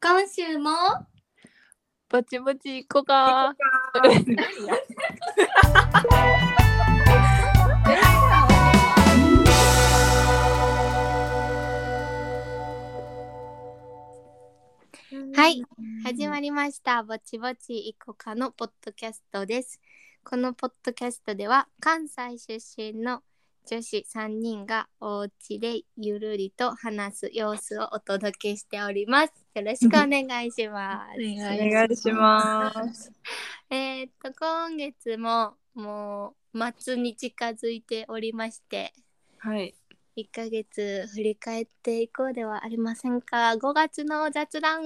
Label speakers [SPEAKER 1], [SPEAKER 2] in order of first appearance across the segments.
[SPEAKER 1] 今週も
[SPEAKER 2] ぼちぼち行こうか。
[SPEAKER 1] はい始まりました「ぼちぼちいこか」のポッドキャストですこのポッドキャストでは関西出身の女子3人がお家でゆるりと話す様子をお届けしておりますよろしくお願いします
[SPEAKER 2] お
[SPEAKER 1] お
[SPEAKER 2] 願いします。
[SPEAKER 1] えーっと今月ももう末に近づいておりまして
[SPEAKER 2] はい。
[SPEAKER 1] 1ヶ月振り返っていこうではありませんか5月の雑談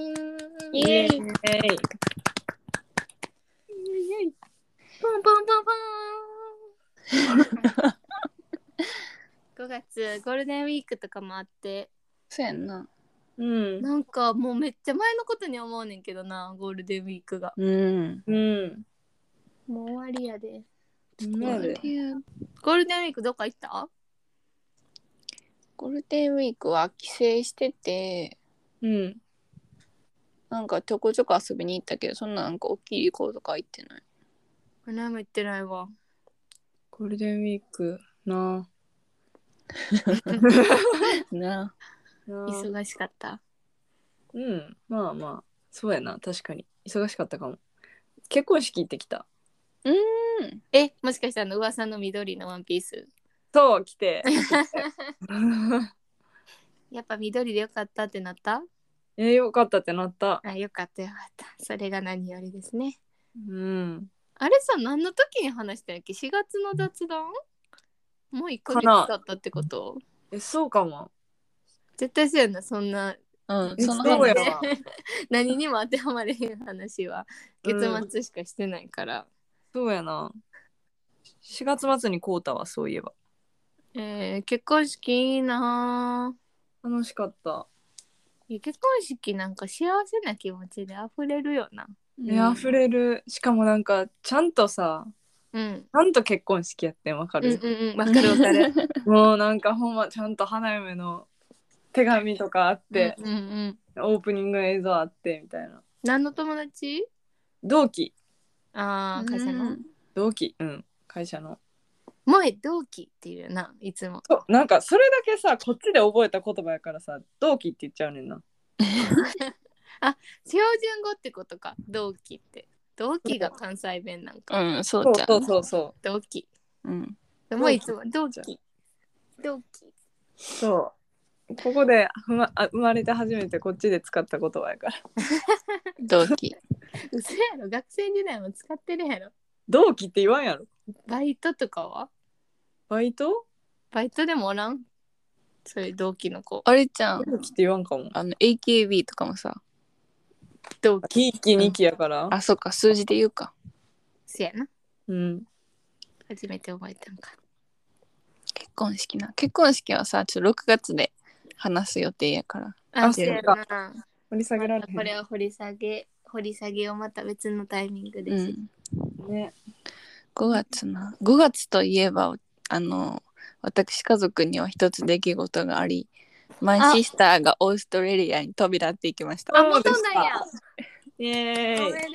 [SPEAKER 2] イエーイ。
[SPEAKER 1] ポンポンポンポン5月ゴールデンウィークとかもあって
[SPEAKER 3] そうやんな。
[SPEAKER 2] うん。
[SPEAKER 1] なんかもうめっちゃ前のことに思うねんけどなゴールデンウィークが
[SPEAKER 3] うん。
[SPEAKER 2] うん。
[SPEAKER 1] もう終わりやで
[SPEAKER 2] な
[SPEAKER 1] ゴール
[SPEAKER 2] る
[SPEAKER 1] デンウィークどっか行った
[SPEAKER 3] ゴールデンウィークは帰省してて、
[SPEAKER 2] うん。
[SPEAKER 3] なんかちょこちょこ遊びに行ったけど、そんななんか大きい旅行とか行ってない。
[SPEAKER 1] 何も行ってないわ
[SPEAKER 2] ゴールデンウィークな
[SPEAKER 3] な
[SPEAKER 2] あ。なあ
[SPEAKER 1] 忙しかった
[SPEAKER 2] うん。まあまあ。そうやな。確かに。忙しかったかも。結婚式行ってきた。
[SPEAKER 1] えもしかしたらあの噂の緑のワンピース
[SPEAKER 2] そう、来て。
[SPEAKER 1] やっぱ緑でよかったってなった
[SPEAKER 2] え、よかったってなった。
[SPEAKER 1] あよかったよかったそれが何よりですね
[SPEAKER 2] うん。
[SPEAKER 1] あれさ何の時に話したんやっけ4月の雑談もう1ヶ月
[SPEAKER 2] かな
[SPEAKER 1] 経ったってこと
[SPEAKER 2] え、そうかも。
[SPEAKER 1] 絶対そうやなそんな
[SPEAKER 3] うん。
[SPEAKER 2] え
[SPEAKER 3] その
[SPEAKER 2] そう
[SPEAKER 3] 話
[SPEAKER 2] や
[SPEAKER 1] ね
[SPEAKER 2] わ。
[SPEAKER 1] 何にも当てはまれへん話は
[SPEAKER 2] うん
[SPEAKER 1] 月末しかしてないから、
[SPEAKER 2] そうやな。4月末にこうたわ、そういえば。
[SPEAKER 1] えー結婚式いいなぁ
[SPEAKER 2] 楽しかった。
[SPEAKER 1] いや結婚式なんか幸せな気持ちで溢れるよな
[SPEAKER 2] え、溢れる。しかもなんか、ちゃんとさ、
[SPEAKER 1] うん
[SPEAKER 2] ちゃんと結婚式やってんわか
[SPEAKER 1] うん
[SPEAKER 2] る、
[SPEAKER 1] うんうんわかるわか る
[SPEAKER 2] もうなんかほんまちゃんと花嫁の手紙とかあって、
[SPEAKER 1] うんうんうん
[SPEAKER 2] オープニングの映像あってみたいな
[SPEAKER 1] 何の友達
[SPEAKER 2] 同期
[SPEAKER 1] ああ会社の、
[SPEAKER 2] 同期うん会社の
[SPEAKER 1] 萌同期っていうよないつも
[SPEAKER 2] そうなんかそれだけさこっちで覚えた言葉やからさ同期って言っちゃうねんな
[SPEAKER 1] 標準語ってことか同期って同期が関西弁なんか、
[SPEAKER 3] うん、そ
[SPEAKER 2] そうう
[SPEAKER 3] じゃ
[SPEAKER 2] そ
[SPEAKER 3] ん
[SPEAKER 2] う。そうそ
[SPEAKER 1] 同期
[SPEAKER 3] うん。
[SPEAKER 1] もういつも同
[SPEAKER 2] 期
[SPEAKER 1] 期同期
[SPEAKER 2] うそうここでふまあ生まれて初めてこっちで使った言葉やから
[SPEAKER 3] 同期。
[SPEAKER 1] 嘘やろ学生時代も使ってるやろ
[SPEAKER 2] 同期って言わんやろ
[SPEAKER 1] バイトとかは
[SPEAKER 2] バイト
[SPEAKER 1] バイトでもおらんそういう同期の子
[SPEAKER 3] あれちゃん、
[SPEAKER 2] 同期って言わんかも
[SPEAKER 3] あの、AKB とかもさ、
[SPEAKER 1] 同期
[SPEAKER 2] キーキ2期やから
[SPEAKER 3] あ、そっか、数字で言うか。
[SPEAKER 1] せやな
[SPEAKER 2] うん
[SPEAKER 1] 初めて覚えたんか
[SPEAKER 3] 結婚式な。結婚式はさ、ちょっと6月で話す予定やから。
[SPEAKER 1] あ
[SPEAKER 2] あ
[SPEAKER 1] せや
[SPEAKER 2] そう
[SPEAKER 1] な
[SPEAKER 2] 掘り下げら
[SPEAKER 1] ま
[SPEAKER 2] れ
[SPEAKER 1] た
[SPEAKER 2] へ
[SPEAKER 1] これを掘り下げ掘り下げをまた別のタイミングで
[SPEAKER 3] う
[SPEAKER 1] す、
[SPEAKER 3] ん。
[SPEAKER 2] んね
[SPEAKER 3] 5月な。5月といえば、あの、私家族には一つ出来事があり、マイシスターがオーストラリアに飛び立っていきました。
[SPEAKER 1] あ元なんや
[SPEAKER 2] イエ
[SPEAKER 1] お
[SPEAKER 2] ーイ
[SPEAKER 1] めでと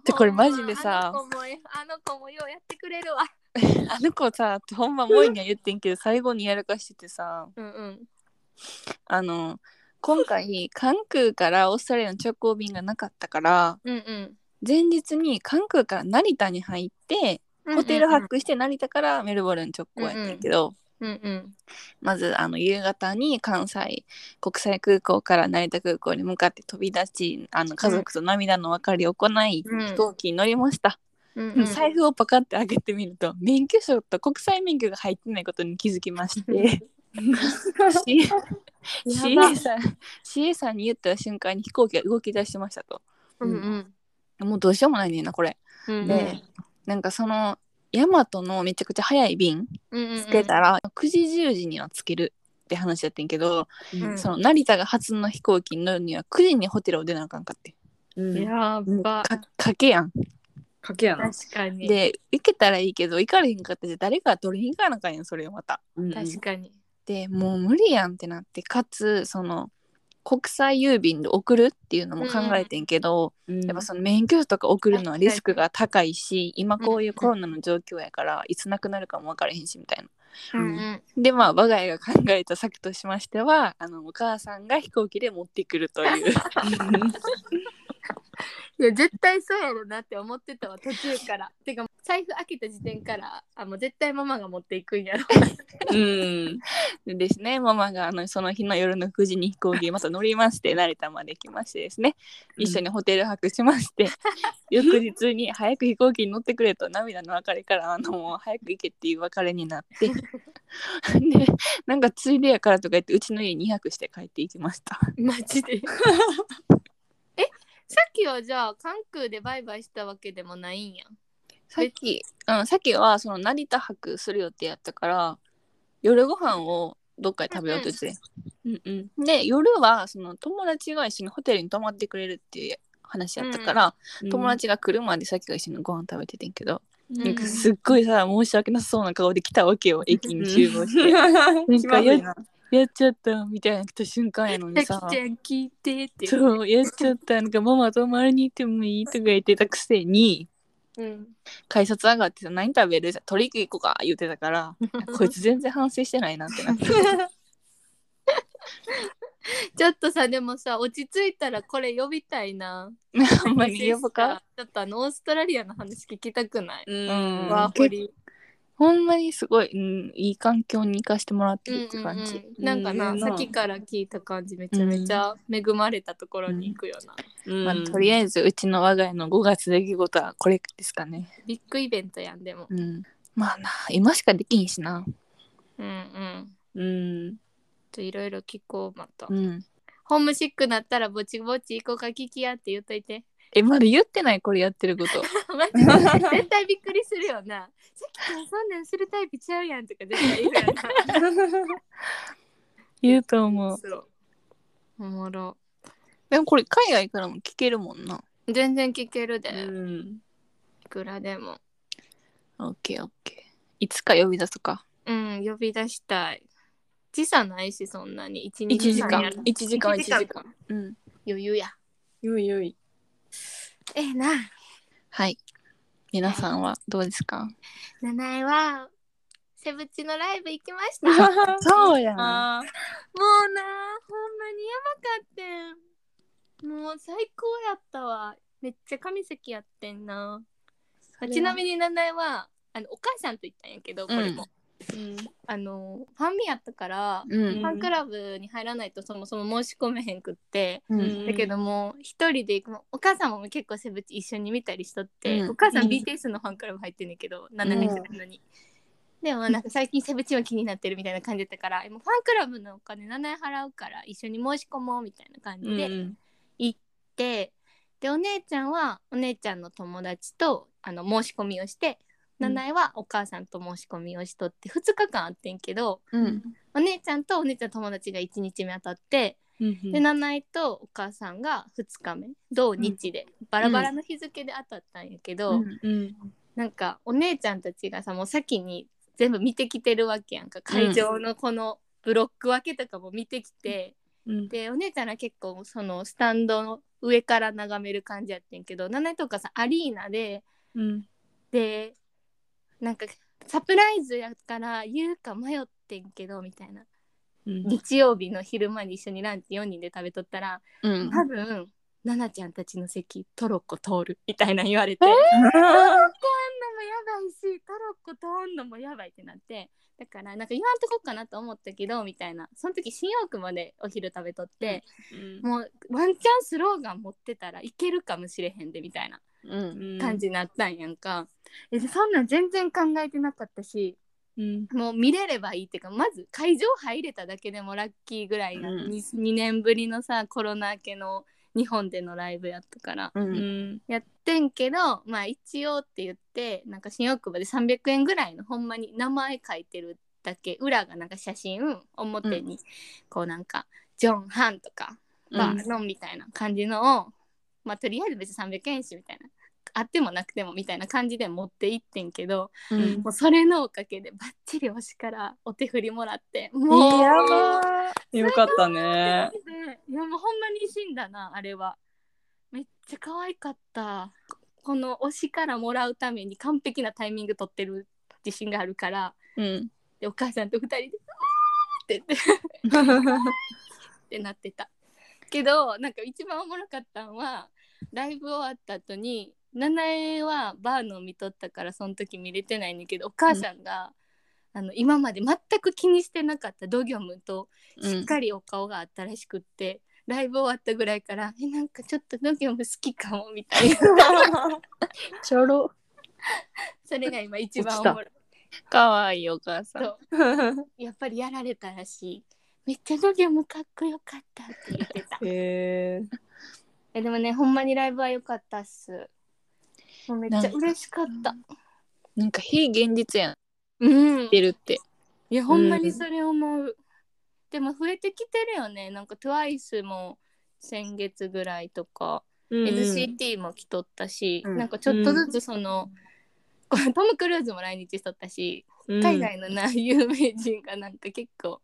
[SPEAKER 1] う
[SPEAKER 3] でこれマジでさ
[SPEAKER 1] あの子もあの子もようやってくれるわ
[SPEAKER 3] あの子さほんま萌えには言ってんけど最後にやらかしててさ
[SPEAKER 1] うんうん
[SPEAKER 3] あの今回関空からオーストラリアの直行便がなかったから
[SPEAKER 1] うんうん
[SPEAKER 3] 前日に関空から成田に入ってホテル泊して成田からメルボルン直行やってんけど、
[SPEAKER 1] うんうん
[SPEAKER 3] まずあの夕方に関西国際空港から成田空港に向かって飛び出しあの家族と涙の別れを行い、
[SPEAKER 1] うん
[SPEAKER 3] 飛行機に乗りました、
[SPEAKER 1] うんうん
[SPEAKER 3] 財布をパカって開けてみると免許証と国際免許が入ってないことに気づきまして C-
[SPEAKER 1] ば
[SPEAKER 3] CA さん CA さんに言った瞬間に飛行機が動き出してましたと
[SPEAKER 1] うんうん
[SPEAKER 3] もうどうしようもないねんなこれ
[SPEAKER 1] うん
[SPEAKER 3] でなんかそのヤマトのめちゃくちゃ早い便
[SPEAKER 1] うんうんうん
[SPEAKER 3] つけたら9時10時にはつけるって話やってんけど、
[SPEAKER 1] うん
[SPEAKER 3] その成田が初の飛行機に乗るには9時にホテルを出なあかんかって
[SPEAKER 2] うん
[SPEAKER 1] や
[SPEAKER 2] うん
[SPEAKER 1] ば
[SPEAKER 3] か賭けやん
[SPEAKER 2] 賭けやな
[SPEAKER 1] 確かに
[SPEAKER 3] で行けたらいいけど行かれへんかったし誰か取りに行かなあかんやんそれをまた
[SPEAKER 2] うんうん
[SPEAKER 1] 確かに
[SPEAKER 3] でもう無理やんってなってかつその国際郵便で送るっていうのも考えてんけど、
[SPEAKER 2] うん
[SPEAKER 3] やっぱその免許証とか送るのはリスクが高いし今こういうコロナの状況やからいつなくなるかも分からへんしみたいな。
[SPEAKER 1] うんうん
[SPEAKER 3] でまあ我が家が考えた策としましてはあのお母さんが飛行機で持ってくるという
[SPEAKER 1] いや絶対そうやろなって思ってたわ途中からてか財布開けた時点からあもう絶対ママが持っていくんやろ
[SPEAKER 2] うん
[SPEAKER 3] でですねママがあのその日の夜の9時に飛行機また乗りまして成田まで来ましてですね一緒にホテル泊しまして、翌日に早く飛行機に乗ってくれと涙の別れからあのもう早く行けっていう別れになってでなんかついでやからとか言ってうちの家に2泊して帰っていきました。
[SPEAKER 1] マジ でえさっきはじゃあ関空でバイバイしたわけでもないんや
[SPEAKER 3] さっき、うん、さっきはその成田泊する予定やったから夜ご飯をどっかで食べようとして、
[SPEAKER 2] うんうん
[SPEAKER 3] で夜はその友達が一緒にホテルに泊まってくれるっていう話やったから、友達が来るまでさっきが一緒にご飯食べててんけど、
[SPEAKER 1] うん
[SPEAKER 3] なんかすっごいさ申し訳なさそうな顔で来たわけよ駅に集 合して、
[SPEAKER 2] て気まずいな
[SPEAKER 3] やっちゃったみたいな来た瞬間やのにさ
[SPEAKER 1] さきちゃん聞いてっていう
[SPEAKER 3] そうやっちゃったなんかママ泊まりに行ってもいいとか言ってたくせに
[SPEAKER 1] うん
[SPEAKER 3] 改札上がってさ何食べるじゃ取り行こうか言ってたから こいつ全然反省してないなってなって
[SPEAKER 1] ちょっとさでもさ落ち着いたらこれ呼びたいな。
[SPEAKER 3] あんまりやばか
[SPEAKER 1] ちょっとあのオーストラリアの話聞きたくない。
[SPEAKER 2] うん
[SPEAKER 3] うん
[SPEAKER 1] ワーホリ。
[SPEAKER 3] ほんまにすごい、うん、いい環境に行かしてもらって
[SPEAKER 1] うん
[SPEAKER 3] るって感じ、
[SPEAKER 1] うんうんなんかな、
[SPEAKER 2] うん
[SPEAKER 1] さっきから聞いた感じめちゃめちゃ恵まれたところに行くよな。
[SPEAKER 2] うん
[SPEAKER 3] まあ、とりあえずうちの我が家の5月出来事はこれですかね
[SPEAKER 1] ビッグイベントやんでも。
[SPEAKER 3] うんまあな今しかできんしな
[SPEAKER 1] うんうん。
[SPEAKER 2] うん
[SPEAKER 1] といろいろ聞こうまた。
[SPEAKER 3] うん
[SPEAKER 1] ホームシックなったらぼちぼち行こうか聞きやって言っといて。
[SPEAKER 3] えまだ言ってないこれやってること
[SPEAKER 1] マジで絶対びっくりするよな。さっきからそんなんするタイプちゃうやんとか絶対言うやんな。
[SPEAKER 3] 言うと思う
[SPEAKER 1] そう。おもろ。
[SPEAKER 3] でもこれ海外からも聞けるもんな
[SPEAKER 1] 全然聞けるで、
[SPEAKER 2] うん
[SPEAKER 1] いくらでも。
[SPEAKER 3] オッケーオッケーいつか呼び出すか
[SPEAKER 1] うん、呼び出したい。時差ないし、そんなに。1、2
[SPEAKER 3] 1時間
[SPEAKER 1] やる
[SPEAKER 3] 1時間1時間
[SPEAKER 1] 一か
[SPEAKER 3] うん
[SPEAKER 1] 余裕や。
[SPEAKER 2] よいよい
[SPEAKER 1] ええな。
[SPEAKER 3] はい皆さんはどうですか
[SPEAKER 1] ななえは、セブチのライブ行きま した。もうな、ほんま
[SPEAKER 3] そうや
[SPEAKER 2] あ
[SPEAKER 1] にやばかってん。もう最高やったわ。めっちゃ神席やってんな。ちなみにななえは、あのお母さんと行ったんやけど、これも。あの、ファンミやったから、
[SPEAKER 3] う
[SPEAKER 1] フ
[SPEAKER 3] ん
[SPEAKER 1] ァンクラブに入らないとそもそも申し込めへんくって、
[SPEAKER 3] うん
[SPEAKER 1] だけどもう一人で行くもお母さんも結構セブチ一緒に見たりしとって、
[SPEAKER 3] うん
[SPEAKER 1] お母さん
[SPEAKER 2] うん
[SPEAKER 1] BTS のファンクラブ入ってんねんけど7年生なのに、でもなんか最近セブチは気になってるみたいな感じだったからもうファンクラブのお金7円払うから一緒に申し込もうみたいな感じで行って、でお姉ちゃんはお姉ちゃんの友達とあの申し込みをして
[SPEAKER 2] うん
[SPEAKER 1] 七重はお母さんと申し込みをしとって2日間あってんけど
[SPEAKER 3] うん
[SPEAKER 1] お姉ちゃんとお姉ちゃんの友達が1日目当たってで
[SPEAKER 2] で
[SPEAKER 1] 七井とお母さんが2日目同日で、バラバラの日付で当たったんやけど、
[SPEAKER 3] うん
[SPEAKER 2] うん
[SPEAKER 1] なんかお姉ちゃんたちがさもう先に全部見てきてるわけやんか会場のこのブロック分けとかも見てきて、
[SPEAKER 2] うん
[SPEAKER 1] でお姉ちゃんら結構そのスタンドの上から眺める感じやってんけど七井とかさアリーナで
[SPEAKER 2] うん
[SPEAKER 1] でなんかサプライズやから言うか迷ってんけどみたいな
[SPEAKER 2] うん
[SPEAKER 1] 日曜日の昼間に一緒にランチ4人で食べとったら
[SPEAKER 3] うん
[SPEAKER 1] 多分ナナちゃんたちの席トロッコ通るみたいな言われて、通んのもやばいしトロッコ通んのもやばいってなってだからなんか言わんとこっかなと思ったけどみたいなその時新大久保でお昼食べとって、もうワンチャンスローガン持ってたらいけるかもしれへんでみたいな
[SPEAKER 3] うん
[SPEAKER 1] 感じになったんやんか、えでそんなん全然考えてなかったし
[SPEAKER 2] うん
[SPEAKER 1] もう見れればいいっていうかまず会場入れただけでもラッキーぐらいな、
[SPEAKER 3] うん
[SPEAKER 1] 2, 年ぶりのさコロナ明けの日本でのライブやったから
[SPEAKER 3] う
[SPEAKER 2] うんん
[SPEAKER 1] やってんけどまあ一応って言ってなんか新大久保で300円ぐらいのほんまに名前書いてるだけ裏がなんか写真表にこうなんか、ジョン・ハンとかバーノンみたいな感じのを、まあとりあえず別に300円やしみたいなあってもなくてもみたいな感じで持っていってんけど
[SPEAKER 2] うん
[SPEAKER 1] もうそれのおかげでバッチリ推しからお手振りもらってもう
[SPEAKER 3] やば
[SPEAKER 2] よかったね。
[SPEAKER 1] いやもうほんまに死んだなあれはめっちゃ可愛かったこの推しからもらうために完璧なタイミング取ってる自信があるから
[SPEAKER 3] ー。
[SPEAKER 1] でお母さんと二人で「うわーって言 ってってなってたけどなんか一番おもろかったんはライブ終わった後に七重はバーの見とったからその時見れてないねんだけどお母さんが、あの今まで全く気にしてなかったドギョムと
[SPEAKER 3] うん。
[SPEAKER 1] しっかりお顔があったらしくって、ライブ終わったぐらいから「えなんかちょっとドギョム好きかも」み たいな
[SPEAKER 2] ちょろ。
[SPEAKER 1] それが今一番おもろい
[SPEAKER 3] かわいいお母さん。
[SPEAKER 1] そうやっぱりやられたらしいめっちゃドギョムかっこよかったって言ってた
[SPEAKER 2] へえ。
[SPEAKER 1] えでもねほんまにライブは良かったっすもうめっちゃ嬉しかった
[SPEAKER 3] なんか非現実やん。
[SPEAKER 1] うん
[SPEAKER 3] 出るって。
[SPEAKER 1] いやほんまにそれ思う、でも増えてきてるよねなんか TWICE も先月ぐらいとか、
[SPEAKER 2] うん
[SPEAKER 1] NCT も来とったし、
[SPEAKER 2] うん
[SPEAKER 1] なんかちょっとずつその、こうトム・クルーズも来日しとったし海外のな、有名人がなんか結構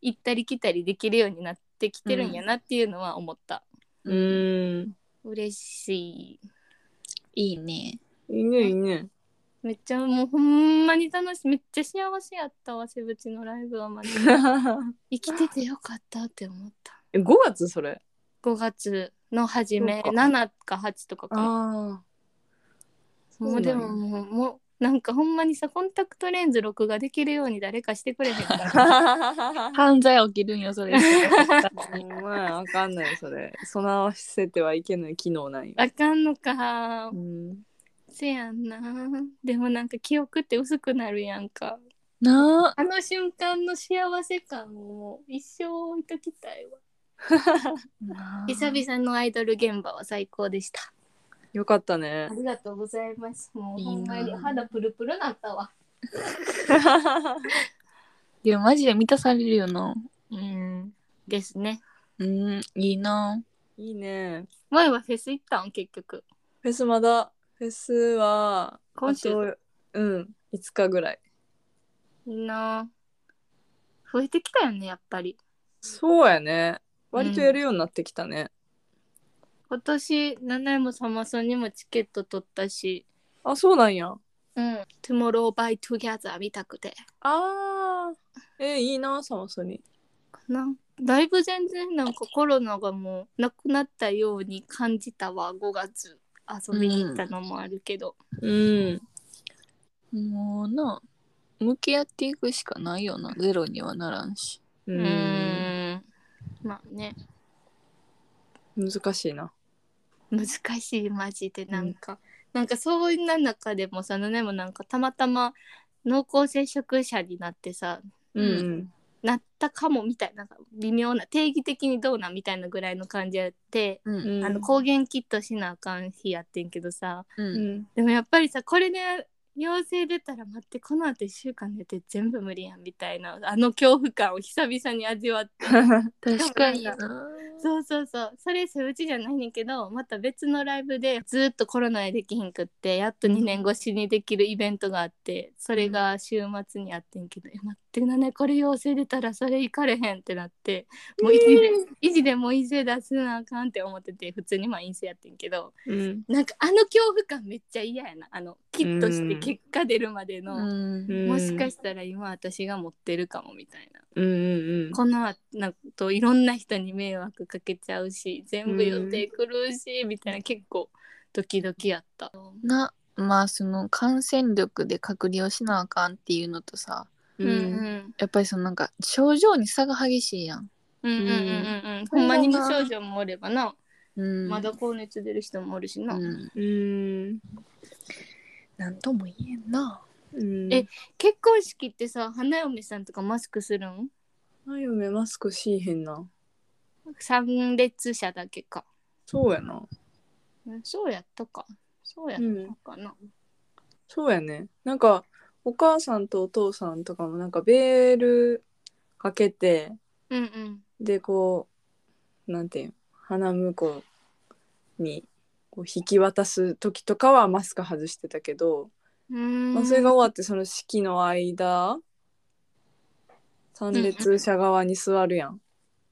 [SPEAKER 1] 行ったり来たりできるようになってきてるんやなっていうのは思った、
[SPEAKER 2] うん。うん
[SPEAKER 1] 嬉しい
[SPEAKER 3] いいね。
[SPEAKER 2] いいねいいね。
[SPEAKER 1] めっちゃもうほんまに楽しいめっちゃ幸せやったわ瀬淵のライブはまで 生きててよかったって思った
[SPEAKER 2] え5月それ。
[SPEAKER 1] 5月の初め
[SPEAKER 2] そうか
[SPEAKER 1] 7か8とかかな
[SPEAKER 2] ああ。
[SPEAKER 1] もうでももうもうなんかほんまにさコンタクトレンズ録画できるように誰かしてくれへんか ら
[SPEAKER 2] お
[SPEAKER 3] 犯罪起きるんよ、それ。
[SPEAKER 2] 前あかんないそれ。備わせてはいけない機能なんよ。
[SPEAKER 1] あかんのか
[SPEAKER 2] うん。
[SPEAKER 1] せやんなでもなんか記憶って薄くなるやんか
[SPEAKER 3] なあ。
[SPEAKER 1] あの瞬間の幸せ感をもう一生置いときたいわ久々のアイドル現場は最高でした
[SPEAKER 2] よかったね
[SPEAKER 1] あ。りがとうございますもう
[SPEAKER 3] いい
[SPEAKER 1] ほ
[SPEAKER 3] なん
[SPEAKER 1] まに肌プルプルなったわ
[SPEAKER 3] でもマジで満たされるよな。
[SPEAKER 1] うんですね
[SPEAKER 3] うん、いいな。
[SPEAKER 2] いいね。
[SPEAKER 1] 前はフェス行ったん結局
[SPEAKER 2] フェスまだ。フェスは
[SPEAKER 1] 今週
[SPEAKER 2] あとうん5日ぐらい。
[SPEAKER 1] いいなぁ増えてきたよねやっぱり
[SPEAKER 2] そうやね。割とやるようになってきたね。
[SPEAKER 1] 今年七重もサマソンにもチケット取ったし
[SPEAKER 2] あ、そうなんや。
[SPEAKER 1] うん「トゥモローバイトゥギャザー」見たくて
[SPEAKER 2] ああ。えー、いいな、サマソニ。
[SPEAKER 1] なんだいぶ全然なんかコロナがもうなくなったように感じたわ5月遊びに行ったのもあるけど、
[SPEAKER 2] うん。
[SPEAKER 3] もうな、向き合っていくしかないよな。ゼロにはならんし。
[SPEAKER 2] う
[SPEAKER 1] う
[SPEAKER 2] ーん。
[SPEAKER 1] ーんまあね
[SPEAKER 2] 難しいな。
[SPEAKER 1] 難しいマジでなんか、なんかそんな中でもさナナもなんかたまたま濃厚接触者になってさ
[SPEAKER 2] うんん。
[SPEAKER 1] なったかもみたいななんか微妙な定義的にどうなんみたいなぐらいの感じやって、
[SPEAKER 3] う。
[SPEAKER 2] うんん。
[SPEAKER 1] あの抗原キットしなあかん日やってんけどさ
[SPEAKER 2] う
[SPEAKER 3] うん。
[SPEAKER 2] ん。
[SPEAKER 1] でもやっぱりさこれで陽性出たら待ってこの後1週間寝て全部無理やんみたいなあの恐怖感を久々に味わって
[SPEAKER 3] 確かにな。
[SPEAKER 1] そうそうそうそれ背打ちじゃないねんけどまた別のライブでずっとコロナでできひんくってやっと2年越しにできるイベントがあってそれが週末にあってんけど「え待ってなねこれ陽性出たらそれ行かれへん」ってなってもう維持で、維持でもう陰性出すなあかんって思ってて普通にまあ陰性やってんけど
[SPEAKER 2] うん。
[SPEAKER 1] なんかあの恐怖感めっちゃ嫌やなあのキッとして
[SPEAKER 2] うん
[SPEAKER 1] 結果出るまで
[SPEAKER 3] う
[SPEAKER 1] の、
[SPEAKER 3] ん。
[SPEAKER 2] うん
[SPEAKER 1] もしかしたら今私が持ってるかもみたいな。
[SPEAKER 2] うんうん
[SPEAKER 1] この後なんかといろんな人に迷惑かけちゃうし全部予定狂うし、みたいな結構ドキドキやった。
[SPEAKER 3] な、まあその感染力で隔離をしなあかんっていうのとさ、
[SPEAKER 2] うん。うん。
[SPEAKER 3] やっぱりそのなんか症状に差が激しいやん。
[SPEAKER 1] うんうんうんうんうん、ほんまに無症状もおればな、
[SPEAKER 3] うん。
[SPEAKER 1] まだ高熱出る人もおるしな、
[SPEAKER 3] うん。
[SPEAKER 2] うん。
[SPEAKER 3] なんとも言えんな。
[SPEAKER 2] うん。
[SPEAKER 1] え、結婚式ってさ花嫁さんとかマスクするん
[SPEAKER 2] なよめマスクしいへんな。
[SPEAKER 1] 参列者だけか
[SPEAKER 2] そうやな。
[SPEAKER 1] うんそうやったかそうやったかな、
[SPEAKER 2] そうやね。なんか、お母さんとお父さんとかもなんかベールかけて、
[SPEAKER 1] うん、うん
[SPEAKER 2] でこうなんていうん花婿にこう引き渡す時とかはマスク外してたけど、まあ、それが終わってその式の間参列者側に座るやん、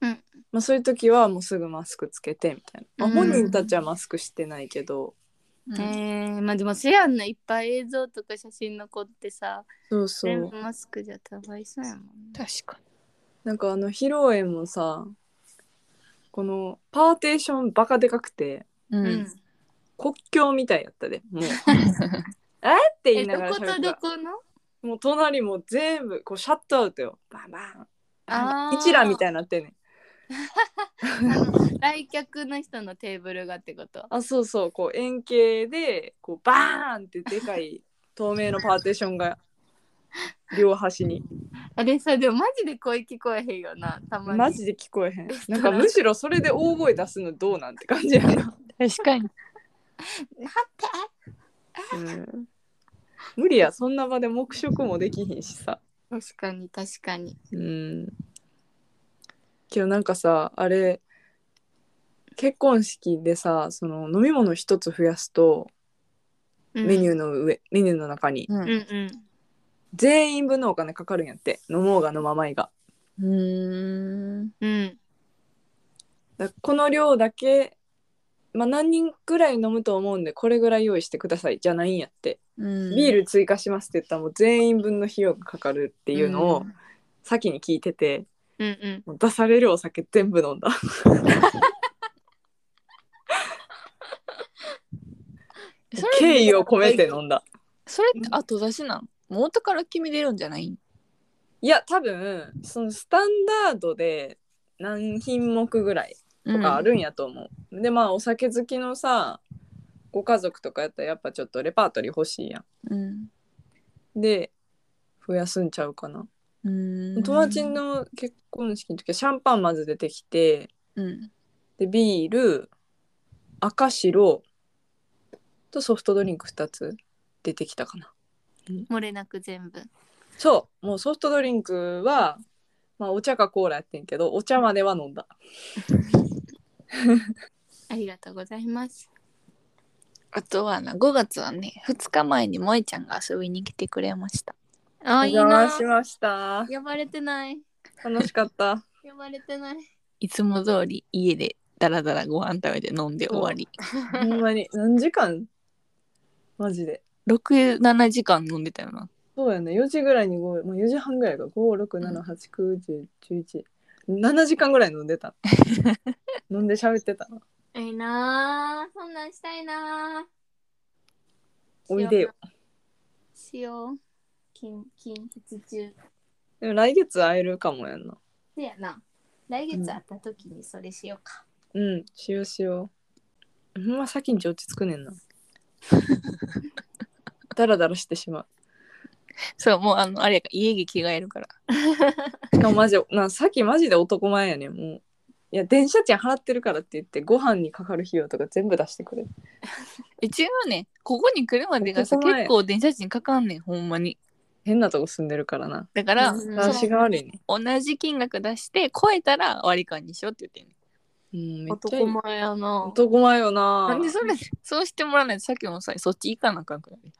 [SPEAKER 1] うん
[SPEAKER 2] まあ、そういう時はもうすぐマスクつけてみたいな、まあ、
[SPEAKER 1] うん
[SPEAKER 2] 本人たちはマスクしてないけど、
[SPEAKER 1] えー、まあでもせやんのいっぱい映像とか写真残ってさ
[SPEAKER 2] そうそ
[SPEAKER 1] 全
[SPEAKER 2] う
[SPEAKER 1] 部マスクじゃかわいそうやもんね
[SPEAKER 3] 確か
[SPEAKER 2] なんかあの披露宴もさこのパーテーションバカでかくて
[SPEAKER 3] に。う。
[SPEAKER 1] うん
[SPEAKER 2] 国境みたいやったで もうえって言
[SPEAKER 1] え
[SPEAKER 2] いな
[SPEAKER 1] ど
[SPEAKER 2] がら
[SPEAKER 1] こ
[SPEAKER 2] 喋
[SPEAKER 1] と
[SPEAKER 2] っ
[SPEAKER 1] ど
[SPEAKER 2] た
[SPEAKER 1] この
[SPEAKER 2] もう隣も全部こうシャットアウトよバンバンバンバ
[SPEAKER 1] あ
[SPEAKER 2] ン
[SPEAKER 1] ー
[SPEAKER 2] 一覧みたいになってんねん
[SPEAKER 1] あの来客の人のテーブルがってこと
[SPEAKER 2] あそうそうこう円形でこうバーンってでかい透明のパーテーションが両端に
[SPEAKER 1] あれさでもマジで声聞こえへんよなたまに
[SPEAKER 2] マジで聞こえへんなんかむしろそれで大声出すのどうなんて感じやな、
[SPEAKER 3] 確かに。
[SPEAKER 2] うん無理やそんな場で黙食もできひんしさ
[SPEAKER 1] 確かに確かに
[SPEAKER 2] うんけどなんかさあれ結婚式でさその飲み物一つ増やすとメニュー
[SPEAKER 1] ー
[SPEAKER 2] の上、メニューの中に
[SPEAKER 3] う
[SPEAKER 1] うんうん
[SPEAKER 2] 全員分のお金かかるんやって飲もうが飲まないが
[SPEAKER 3] ん。うん。
[SPEAKER 1] うん
[SPEAKER 2] だからこの量だけ、まあ、何人ぐらい飲むと思うんでこれぐらい用意してくださいじゃないんやって、ビール追加しますって言ったらもう全員分の費用がかかるっていうのを先に聞いてて、
[SPEAKER 1] うんうん
[SPEAKER 2] もう出されるお酒全部飲 んだ
[SPEAKER 3] そ
[SPEAKER 2] 敬意を込めて
[SPEAKER 3] の。
[SPEAKER 2] 飲ん だ
[SPEAKER 3] それって後出しなん元から決めてるんじゃない
[SPEAKER 2] いや多分そのスタンダードで何品目ぐらいとかあるんやと思う、でまあお酒好きのさご家族とかやったらやっぱちょっとレパートリー欲しいや
[SPEAKER 3] うん。
[SPEAKER 2] んで増やすんちゃうかな
[SPEAKER 3] うん
[SPEAKER 2] 友達。の結婚式の時はシャンパンまず出てきて
[SPEAKER 3] うん。
[SPEAKER 2] でビール赤白とソフトドリンク2つ出てきたかな
[SPEAKER 1] 漏れなく全部
[SPEAKER 2] そうもうソフトドリンクは、まあ、お茶かコーラやってんけどお茶までは飲んだ
[SPEAKER 1] ありがとうございます
[SPEAKER 3] あとはな、5月はね、2日前に萌ちゃんが遊びに来てくれました。
[SPEAKER 1] あ
[SPEAKER 2] お
[SPEAKER 1] いい
[SPEAKER 2] 邪
[SPEAKER 1] な
[SPEAKER 2] 魔しました
[SPEAKER 1] 呼ばれてない
[SPEAKER 2] 楽しか った
[SPEAKER 1] 呼ばれてない
[SPEAKER 3] いつも通り家でダラダラご飯食べて飲んで終わり。
[SPEAKER 2] ほんまに何時間マジで
[SPEAKER 3] 6、7時間飲んでたよな。
[SPEAKER 2] そうやね4時ぐらいに5もう4時半ぐらいが567891011時間ぐらい飲ん でた飲んで喋ってた
[SPEAKER 1] ええなーそんなんしたいなー
[SPEAKER 2] おいでよ
[SPEAKER 1] しよう近近日中
[SPEAKER 2] でも来月会えるかもやんな。
[SPEAKER 1] せやな来月会った時にそれしようか、
[SPEAKER 2] うん、しようしよう。ほんま先に落ち着くねんな。だらだらしてしまう。
[SPEAKER 3] そう、もうあの、あれやから家着着替えるから。
[SPEAKER 2] しかもマジ、なさっきマジで男前やねん、もう。いや、電車賃払ってるからって言って、ご飯にかかる費用とか全部出してくれる。
[SPEAKER 3] え違うねんここに来るまでがさ
[SPEAKER 2] ここまで
[SPEAKER 3] 結構電車賃かかんねんほんまに
[SPEAKER 2] 変なとこ住んでるからな。
[SPEAKER 3] だから、
[SPEAKER 1] うん
[SPEAKER 3] その
[SPEAKER 2] 私が悪いね。
[SPEAKER 3] 同じ金額出して超えたら割り勘にしようって言ってんねん
[SPEAKER 2] うん、めっちゃいい
[SPEAKER 1] 男前やな
[SPEAKER 2] 男前よな。
[SPEAKER 3] なんでそれそうしてもらわないとさっきもさそっち行かなあかんくなる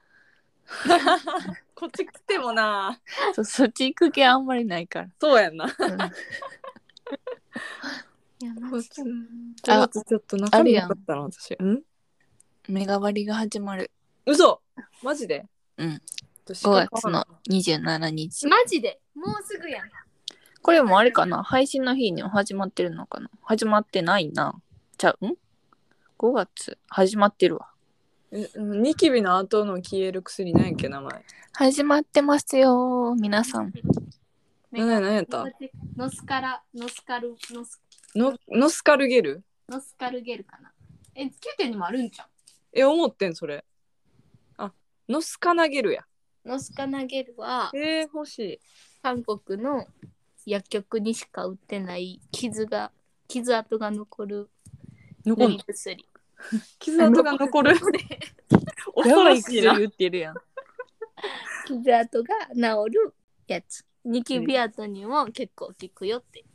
[SPEAKER 2] こっち来てもな。
[SPEAKER 3] そそっち行く気あんまりないから
[SPEAKER 2] そうやんな。
[SPEAKER 1] いやマジでな
[SPEAKER 2] ちょっとちょっと中身なかったな、私。うん
[SPEAKER 3] メガ割りが始まる
[SPEAKER 2] 嘘マジで
[SPEAKER 3] うん。
[SPEAKER 2] 私
[SPEAKER 3] 5月の27日
[SPEAKER 1] マジでもうすぐやん
[SPEAKER 3] これもあれかな配信の日には始まってるのかな始まってないなじゃうん5月始まってるわ
[SPEAKER 2] えうんニキビの後の消える薬なんやっけ名前。
[SPEAKER 3] 始まってますよ皆さん
[SPEAKER 1] メ
[SPEAKER 2] 何
[SPEAKER 1] ガ
[SPEAKER 2] や何やった
[SPEAKER 1] ノスカラノスカルノス
[SPEAKER 2] のノスカルゲル
[SPEAKER 1] ノスカルゲルかなえ9点にもあるんじゃ
[SPEAKER 2] え、思ってんそれ。あ、ノスカナゲルや。
[SPEAKER 1] んノスカナゲルは
[SPEAKER 2] えー、欲しい。
[SPEAKER 1] 韓国の薬局にしか売ってない傷が傷跡が残る
[SPEAKER 2] 残
[SPEAKER 1] 塗
[SPEAKER 2] る
[SPEAKER 1] り。薬
[SPEAKER 2] 傷跡が残 る。恐ろしい
[SPEAKER 3] やば
[SPEAKER 2] な。
[SPEAKER 3] 薬売ってるやん
[SPEAKER 1] 傷跡が治るやつニキビ跡にも結構効くよって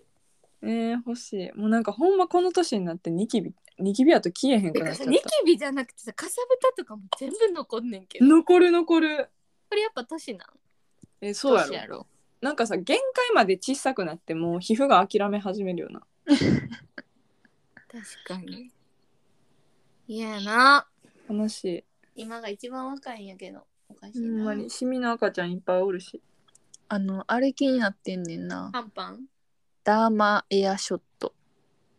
[SPEAKER 2] えー、欲しい。もうなんかほんまこの年になってニキビニキビやと消えへんくなっちゃっ
[SPEAKER 1] ニキビじゃなくてさかさぶたとかも全部残んねんけ
[SPEAKER 2] た
[SPEAKER 1] ど
[SPEAKER 2] 残る残る
[SPEAKER 1] これやっぱ年なん
[SPEAKER 2] えそうやろ
[SPEAKER 3] 年やろ
[SPEAKER 2] なんかさ限界まで小さくなってもう皮膚が諦め始めるよな
[SPEAKER 1] 確かに嫌やな
[SPEAKER 2] 悲しい
[SPEAKER 1] 今が一番若いんやけどおかし
[SPEAKER 2] ほ
[SPEAKER 1] い
[SPEAKER 2] ん
[SPEAKER 1] な
[SPEAKER 2] まにシミの赤ちゃんいっぱいおるし
[SPEAKER 3] あのあれ気になってんねんな
[SPEAKER 1] パンパン
[SPEAKER 3] ダーマエアショット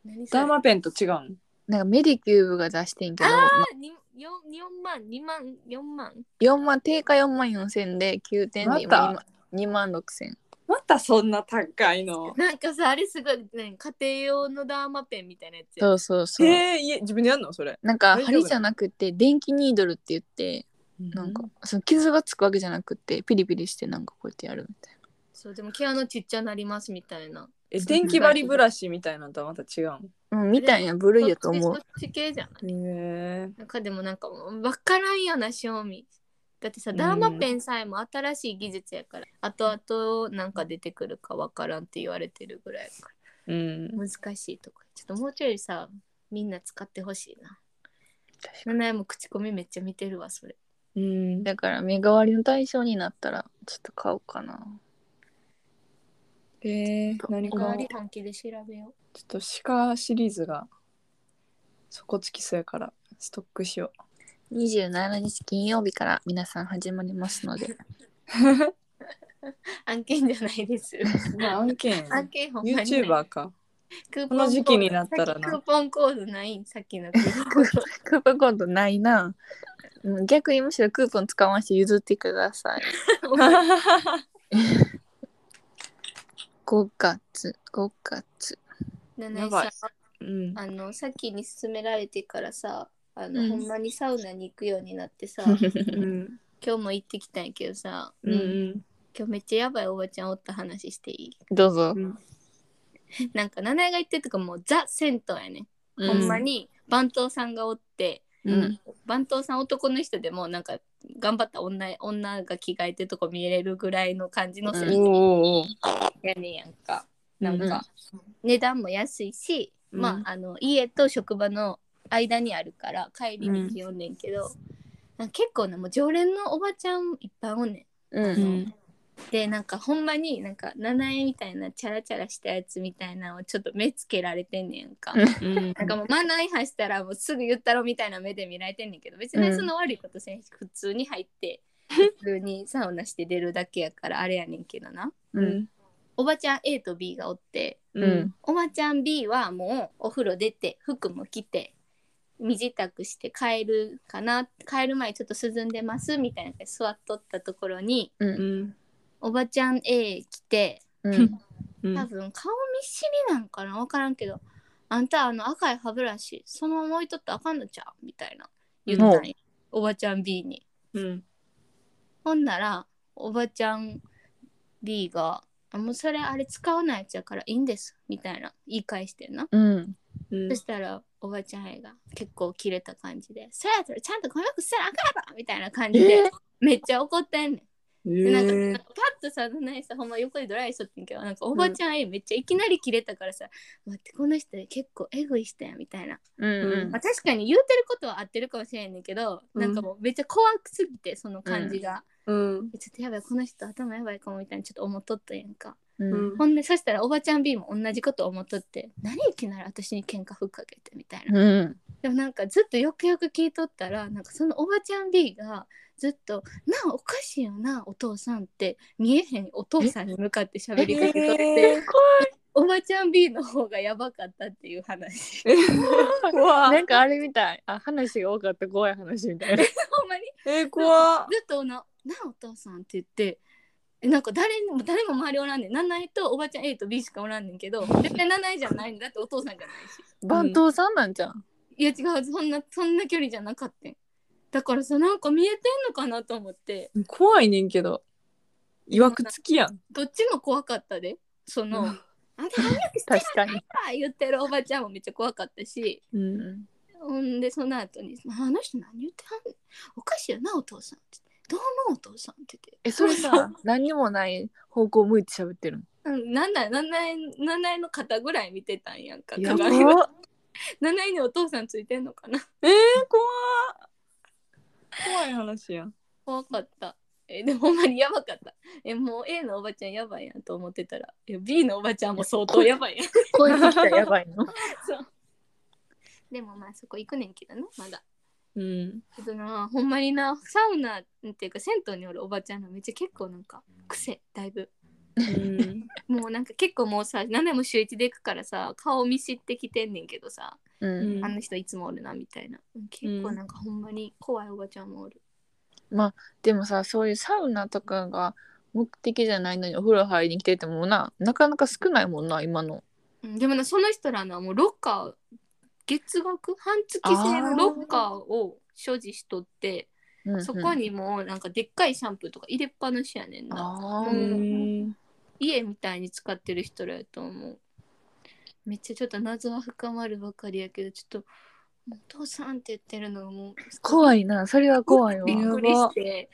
[SPEAKER 1] 何それ
[SPEAKER 2] ダーマペンと違うん
[SPEAKER 3] なんかメディキューブが出してんけどま
[SPEAKER 1] によ4万2万4万
[SPEAKER 3] 4万定価4万4千で9点で
[SPEAKER 2] ま
[SPEAKER 3] 今2万6千
[SPEAKER 2] またそんな高いの
[SPEAKER 1] なんかさあれすごい、ね、家庭用のダーマペンみたいなやつや
[SPEAKER 3] そうそうそう、
[SPEAKER 2] えー、いえ自分でやんのそれ
[SPEAKER 3] なんか
[SPEAKER 2] 大丈夫
[SPEAKER 3] 針じゃなくて電気ニードルって言ってなんかその傷がつくわけじゃなくてピリピリしてなんかこうやってやるみたいな
[SPEAKER 1] そうでも毛穴ちっちゃなりますみたいな
[SPEAKER 2] え電気針ブラシみたいなのとはまた違うん
[SPEAKER 3] うん、みたいな部類やと思
[SPEAKER 1] そっ
[SPEAKER 3] う。
[SPEAKER 1] ち系じゃない
[SPEAKER 2] へえ
[SPEAKER 1] なんかでもなんか分からんよな賞味だってさ
[SPEAKER 2] うん
[SPEAKER 1] ダーマペンさえも新しい技術やから、後々なんか出てくるか分からんって言われてるぐらいやか
[SPEAKER 2] うん
[SPEAKER 1] ら難しいとかちょっともうちょいさみんな使ってほしいな七重も口コミめっちゃ見てるわそれ
[SPEAKER 2] うん
[SPEAKER 3] だから目代わりの対象になったらちょっと買おうかな。
[SPEAKER 2] えー、何
[SPEAKER 1] お
[SPEAKER 2] か
[SPEAKER 1] かわ
[SPEAKER 2] ちょ
[SPEAKER 1] り本気で調べよ
[SPEAKER 2] っと鹿シリーズが底つきそうやからストックしよ
[SPEAKER 3] 27日金曜日から皆さん始まりますので。
[SPEAKER 1] う案件じゃないです
[SPEAKER 2] う。まあ案件
[SPEAKER 1] 案件ほんまにない
[SPEAKER 2] YouTuber か。
[SPEAKER 1] クーポンコード
[SPEAKER 2] この時期になったら
[SPEAKER 1] さっきクー
[SPEAKER 2] な。
[SPEAKER 1] ポンコードないさっきのクーポンコード
[SPEAKER 3] クーポンコードないな。うん逆にむしろクーポン使わして譲ってください。5月、5月。
[SPEAKER 1] 七
[SPEAKER 2] や
[SPEAKER 1] 重
[SPEAKER 2] ばい
[SPEAKER 1] さ
[SPEAKER 2] うん。
[SPEAKER 1] あのさっきに勧められてからさあの、
[SPEAKER 3] うん
[SPEAKER 1] ほんまにサウナに行くようになって さ
[SPEAKER 2] うん。
[SPEAKER 1] 今日も行ってきたんやけどさ、
[SPEAKER 2] うんうん。
[SPEAKER 1] 今日めっちゃやばいおばちゃんおった話してい
[SPEAKER 3] どうぞ。
[SPEAKER 1] い なんか七重が言ってるとかもうザ銭湯やね、
[SPEAKER 3] うん
[SPEAKER 1] ほんまに番頭さんがおって
[SPEAKER 3] うん。
[SPEAKER 1] 番頭さん男の人でもなんか頑張った女女が着替えてるとこ見れるぐらいの感じの銭湯
[SPEAKER 2] おお。
[SPEAKER 1] やねんやんか、
[SPEAKER 2] な
[SPEAKER 1] なんん
[SPEAKER 2] か。
[SPEAKER 1] か値段も安いし、
[SPEAKER 2] うん
[SPEAKER 1] まああの家と職場の間にあるから帰り道おんねんけど、なんか結構ねもう常連のおばちゃんいっぱいおんね
[SPEAKER 3] うん。
[SPEAKER 2] うんん。
[SPEAKER 1] んでなんかほんまになんか七重みたいなチャラチャラしたやつみたいなのをちょっと目つけられてんねやんか、
[SPEAKER 3] うん
[SPEAKER 2] うん。
[SPEAKER 1] なんかもうマナー違反したらもうすぐ言ったろみたいな目で見られてんねんけど別にその悪いことせんし普通に入って普通にサウナして出るだけやからあれやねんけどな
[SPEAKER 3] う。
[SPEAKER 2] うんん。
[SPEAKER 1] おばちゃん A と B がおって、
[SPEAKER 2] うん。
[SPEAKER 1] おばちゃん B はもうお風呂出て服も着て身支度して帰るかな帰る前ちょっと涼んでますみたいな感じで座っとったところに
[SPEAKER 2] うん。
[SPEAKER 1] おばちゃん A 来て
[SPEAKER 3] うん。
[SPEAKER 2] うん
[SPEAKER 1] 多分顔見知りなんかな分からんけど「あんたあの赤い歯ブラシそのまま置いとったらあかんのちゃう?」みたいな言ったんやおばちゃん B に。
[SPEAKER 2] うん。
[SPEAKER 1] ほんならおばちゃん B が「あもうそれあれ使わないやつやからいいんです」みたいな言い返してんな。
[SPEAKER 3] うん。
[SPEAKER 2] うん
[SPEAKER 1] そしたらおばちゃん愛が結構切れた感じで「そやったらちゃんとこの服せなあかんやろ!」みたいな感じで、
[SPEAKER 3] え
[SPEAKER 1] めっちゃ怒ってんねん。でなんか
[SPEAKER 2] え
[SPEAKER 1] なんかパッとさないさほんま横でドライしとってんけどなんかおばちゃん愛めっちゃいきなり切れたからさ「待ってこの人結構エグい人や」みたいな、
[SPEAKER 3] うん
[SPEAKER 1] まあ、確かに言うてることは合ってるかもしれんねんけど、
[SPEAKER 2] うん
[SPEAKER 1] なんかもうめっちゃ怖くすぎてその感じが、
[SPEAKER 2] うん。
[SPEAKER 1] ちょっとやばいこの人頭やばいかもみたいにちょっと思っとったやんか。
[SPEAKER 3] うん。
[SPEAKER 1] ほんでそしたらおばちゃん B も同じこと思っとって「何いきなり私に喧嘩ふっかけて」みたいな。
[SPEAKER 3] うん。
[SPEAKER 1] でもなんかずっとよくよく聞いとったらなんかそのおばちゃん B がずっと「なあおかしいよなお父さん」って見えへんお父さんに向かって喋りかけとって、
[SPEAKER 2] え
[SPEAKER 1] おばちゃん B の方がやばかったっていう話
[SPEAKER 2] ー怖
[SPEAKER 3] なんかあれみたい。あ、話が多かった怖い話みたいな。
[SPEAKER 1] ほんまに
[SPEAKER 2] えー、怖
[SPEAKER 1] ずっとな「なあお父さん」って言って。えなんか誰にも誰も周りおらんねん七重とおばちゃん A と B しかおらんねんけど絶対七重じゃないんだってお父さんじゃないし
[SPEAKER 3] 番頭さんなんじゃん。
[SPEAKER 1] いや違うそんなそんな距離じゃなかったんだからさなんか見えてんのかなと思って
[SPEAKER 2] 怖いねんけど。いわくつきやん。
[SPEAKER 1] どっちも怖かったでその、
[SPEAKER 2] うん
[SPEAKER 1] あんた早くして
[SPEAKER 3] 確かに。
[SPEAKER 1] 言ってるおばちゃんもめっちゃ怖かったし
[SPEAKER 2] うん
[SPEAKER 1] ほんでその後に「あの人何言ってはんねんおかしいよなお父さん」ってどう思うお父さん」って言って。
[SPEAKER 3] え、 それさ、何にもない方向向いて喋ってる
[SPEAKER 1] うん、なんだなんないなんないの肩ぐらい見てたんやんか
[SPEAKER 3] の。
[SPEAKER 1] 鏡を7位にお父さんついてんのかな
[SPEAKER 3] えー、怖
[SPEAKER 2] 怖い話やん。
[SPEAKER 1] 怖かった。え、でもほんまにやばかった。え、もう A のおばちゃんやばいやんと思ってたら、え B のおばちゃんも相当やばいやん。
[SPEAKER 3] こういう時はやばいの。
[SPEAKER 1] でもまあそこ行くねんけどな、まだ。
[SPEAKER 2] うん。
[SPEAKER 1] けどな、ほんまにな、サウナっていうか銭湯におるおばちゃんのめっちゃ結構なんか癖、だいぶ。
[SPEAKER 2] うん。
[SPEAKER 1] もうなんか結構もうさ、何でも週一で行くからさ、顔見知ってきてんねんけどさ、
[SPEAKER 3] うん。
[SPEAKER 1] あの人いつもおるなみたいな。結構なんかほんまに怖いおばちゃんもおる。
[SPEAKER 3] でもさ、そういうサウナとかが目的じゃないのにお風呂入りに来ててもな、なかなか少ないもんな、今の。
[SPEAKER 1] うん、でもなその人らのはもうロッカー月額半月制のロッカーを所持しとって
[SPEAKER 3] うんうん
[SPEAKER 1] そこ。にもうなんかでっかいシャンプーとか入れっぱなしやねんな
[SPEAKER 3] あ
[SPEAKER 2] う
[SPEAKER 3] あ、
[SPEAKER 2] ん。
[SPEAKER 1] 家みたいに使ってる人らやと思うめっちゃちょっと謎は深まるばかりやけどちょっと「もうお父さん」って言ってるのがもう
[SPEAKER 3] 怖
[SPEAKER 1] い
[SPEAKER 3] いな、それは怖いわ。
[SPEAKER 1] びっくりして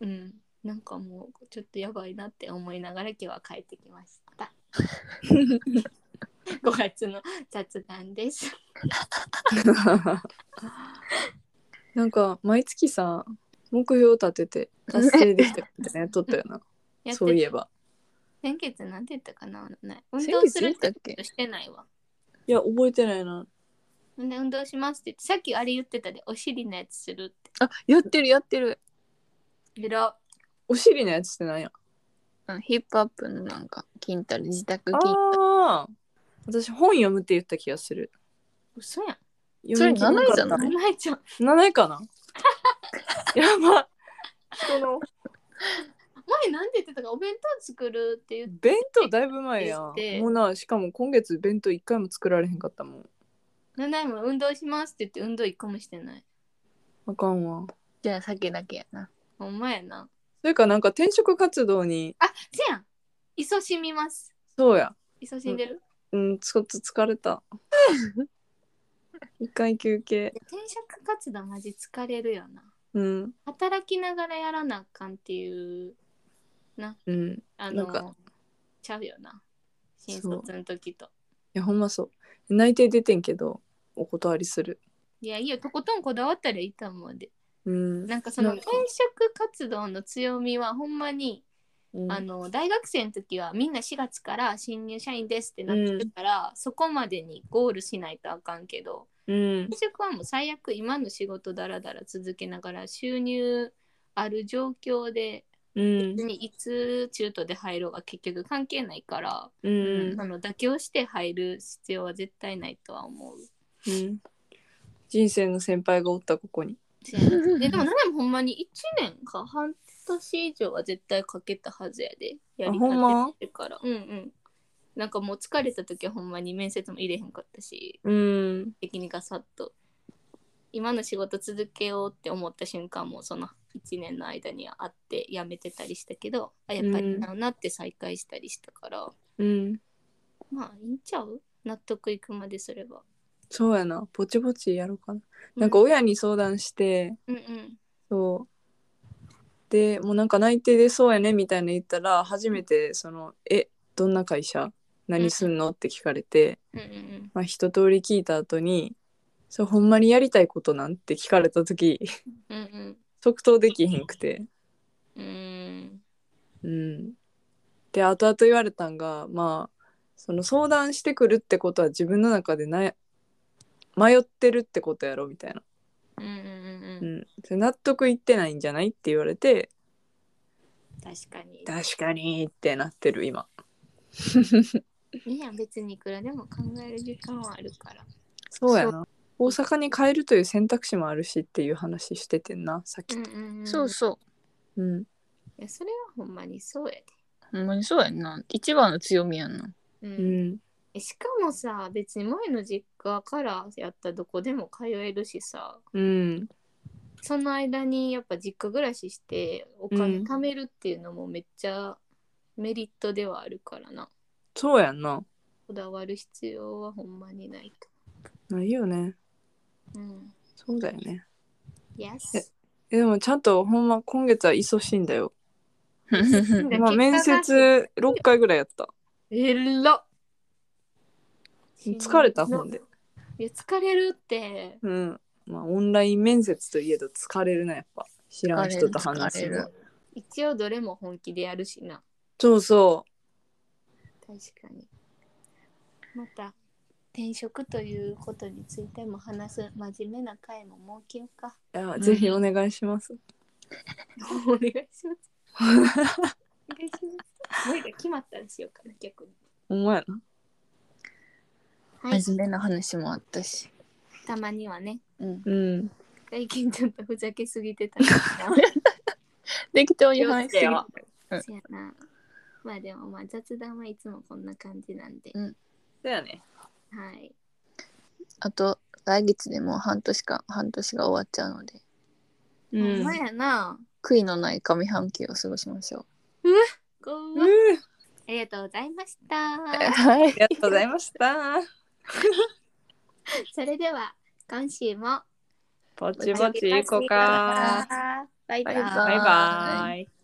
[SPEAKER 1] うんなんかもうちょっとやばいなって思いながら今日は帰ってきました 5月の雑談です
[SPEAKER 2] なんか毎月さ目標立てて達成できたみたい なやっとったよな
[SPEAKER 1] やって
[SPEAKER 2] そういえば
[SPEAKER 1] 先月なんて言ったかなない運
[SPEAKER 3] 先
[SPEAKER 1] 動す
[SPEAKER 3] 月
[SPEAKER 1] る
[SPEAKER 3] 言
[SPEAKER 1] っ
[SPEAKER 3] ってたっけ
[SPEAKER 1] してないわ。
[SPEAKER 2] いや覚えてないな
[SPEAKER 1] ほんで運動しますって言ってさっきあれ言ってたでお尻のやつするっ
[SPEAKER 3] あ、やってるやってる。
[SPEAKER 1] て。えら
[SPEAKER 2] お尻のやつってなんや
[SPEAKER 3] うんヒップアップのなんか、筋トレ、自宅筋ト
[SPEAKER 2] ああ私本読むって言った気がする
[SPEAKER 1] 嘘やん。
[SPEAKER 2] 読み切れなかった
[SPEAKER 3] それ7位じゃない
[SPEAKER 1] ないちゃん。
[SPEAKER 2] 7位か なやば人の
[SPEAKER 1] 前なんて言ってたかお弁当作るって言って
[SPEAKER 2] 弁当だいぶ前やんも
[SPEAKER 1] で
[SPEAKER 2] うなしかも今月弁当一回も作られへんかったもん
[SPEAKER 1] 七も運動しますって言って運動一個もしてない。
[SPEAKER 2] あかんわ
[SPEAKER 3] じゃあ、酒だけやな。
[SPEAKER 1] ほんまやな。
[SPEAKER 2] それかなんか転職活動に
[SPEAKER 1] あせやん。いそしみます。
[SPEAKER 2] そうや
[SPEAKER 1] いそしんでる、
[SPEAKER 2] うん、ちょっと疲れ た。一回休憩。
[SPEAKER 1] 転職活動マジ疲れるよな。
[SPEAKER 2] うん。
[SPEAKER 1] 働きながらやらなあかんっていう
[SPEAKER 2] うん。い
[SPEAKER 1] あの
[SPEAKER 2] なん
[SPEAKER 1] ちゃうよな。
[SPEAKER 2] そう
[SPEAKER 1] 新卒の時と。
[SPEAKER 2] や、ほんまそう。内定出てんけど、お断りする。
[SPEAKER 1] いやいいよとことんこだわったらいいと思うで。
[SPEAKER 2] うん。
[SPEAKER 1] なんかその
[SPEAKER 2] なん
[SPEAKER 1] 転
[SPEAKER 2] か
[SPEAKER 1] 職活動の強みはほんまに、
[SPEAKER 2] うん
[SPEAKER 1] あの大学生の時はみんな4月から新入社員ですってなってるから、そこまでにゴールしないとあかんけど
[SPEAKER 2] うん。
[SPEAKER 1] 転職はもう最悪今の仕事だらだら続けながら収入ある状況で
[SPEAKER 2] うん
[SPEAKER 1] 別。にいつ中途で入ろうが結局関係ないから、
[SPEAKER 2] うん。うん
[SPEAKER 1] その妥協して入る必要は絶対ないとは思う。
[SPEAKER 2] うん。人生の先輩がおった、ここに。
[SPEAKER 1] せやなででも何もほんまに1年か半年以上は絶対かけたはずやでやり
[SPEAKER 2] あほんま
[SPEAKER 1] 方ってからうんうんなんかもう疲れた時はほんまに面接も入れへんかったし
[SPEAKER 2] うん。
[SPEAKER 1] 的にガサッと今の仕事続けようって思った瞬間もその1年の間にはあって辞めてたりしたけどあやっぱりななって再開したりしたから、
[SPEAKER 2] うん。
[SPEAKER 1] まあいいんちゃう納得いくまですれば
[SPEAKER 2] そうやな。ぼちぼちやろうかな。なんか親に相談して、
[SPEAKER 1] うんうん
[SPEAKER 2] そう。でもうなんか内定でそうやねみたいな言ったら初めてその「えどんな会社何すんの?」って聞かれて、
[SPEAKER 1] うんうん
[SPEAKER 2] まあ、一通り聞いた後に「それほんまにやりたいことなん?」て聞かれた時
[SPEAKER 1] うんうんうん
[SPEAKER 2] 即答できへんくて
[SPEAKER 1] うーん
[SPEAKER 2] うんで後々言われたんがまあその相談してくるってことは自分の中でな迷ってるってことやろみたいな、
[SPEAKER 1] うんうんうんうん
[SPEAKER 2] うん、それ納得いってないんじゃないって言われて
[SPEAKER 1] 確かに。
[SPEAKER 2] 確かにってなってる今
[SPEAKER 1] いいやん別にいくらでも考える時間はあるから。
[SPEAKER 2] そうやな大阪に帰るという選択肢もあるしっていう話しててんなさっき、
[SPEAKER 1] ん
[SPEAKER 3] そうそ
[SPEAKER 2] うん、
[SPEAKER 1] いやそれはほんまにそうやで。
[SPEAKER 3] う。ほんまにそうやんな。一番の強みや んな。
[SPEAKER 1] う
[SPEAKER 2] うんん
[SPEAKER 1] えしかもさ別に前の実家からやったらどこでも通えるしさ
[SPEAKER 2] うん
[SPEAKER 1] その間にやっぱ実家暮らししてお金
[SPEAKER 2] うん
[SPEAKER 1] 貯めるっていうのもめっちゃメリットではあるからな。
[SPEAKER 2] そうやんな
[SPEAKER 1] こだわる必要はほんまにない
[SPEAKER 2] ないよね
[SPEAKER 1] と。うん。
[SPEAKER 2] そうだよね
[SPEAKER 1] Yes。
[SPEAKER 2] えでもちゃんとほんま今月は勤しいんだよ、
[SPEAKER 1] いや
[SPEAKER 2] まあ、面
[SPEAKER 1] 結果
[SPEAKER 2] 接6回ぐらいやった
[SPEAKER 1] えらっ
[SPEAKER 2] 疲れたほんで
[SPEAKER 1] いや疲れるって
[SPEAKER 2] うん。まあ、オンライン面接といえど疲れるな、やっぱ。知らん人と話す
[SPEAKER 3] 疲れ
[SPEAKER 2] の
[SPEAKER 3] る。
[SPEAKER 1] 一応どれも本気でやるしな
[SPEAKER 2] そうそ
[SPEAKER 1] 確かにまた転職ということについても話す真面目な回も設けようか
[SPEAKER 2] う。いや、
[SPEAKER 3] ん
[SPEAKER 2] ぜひお願いします。
[SPEAKER 1] お願いしますお願いします声が決まったらしようかな逆に
[SPEAKER 2] お前やな。
[SPEAKER 1] はい
[SPEAKER 3] 真面目な話もあったし。
[SPEAKER 1] たまにはね
[SPEAKER 3] うん。
[SPEAKER 2] うん。
[SPEAKER 1] 最近ちょっとふざけすぎてた から
[SPEAKER 3] 適当に
[SPEAKER 1] な
[SPEAKER 3] 話してよ。 うん
[SPEAKER 1] そやなまあでもまあ雑談はいつもこんな感じなんで、
[SPEAKER 2] だよね。
[SPEAKER 1] はい
[SPEAKER 3] あと、来月でもう半年間、半年が終わっちゃうので、
[SPEAKER 2] う
[SPEAKER 1] ほん
[SPEAKER 2] ん。
[SPEAKER 1] まやな
[SPEAKER 3] 悔いのない上半期を過ごしましょ
[SPEAKER 1] こう
[SPEAKER 2] うんあ
[SPEAKER 1] ありがとうございまし
[SPEAKER 3] う。
[SPEAKER 1] た
[SPEAKER 3] はい。
[SPEAKER 2] りがとうございました。
[SPEAKER 1] それでは今週も
[SPEAKER 2] ぼちぼち行こうか。
[SPEAKER 1] バイバイ
[SPEAKER 3] バイバイ
[SPEAKER 2] バイバイ。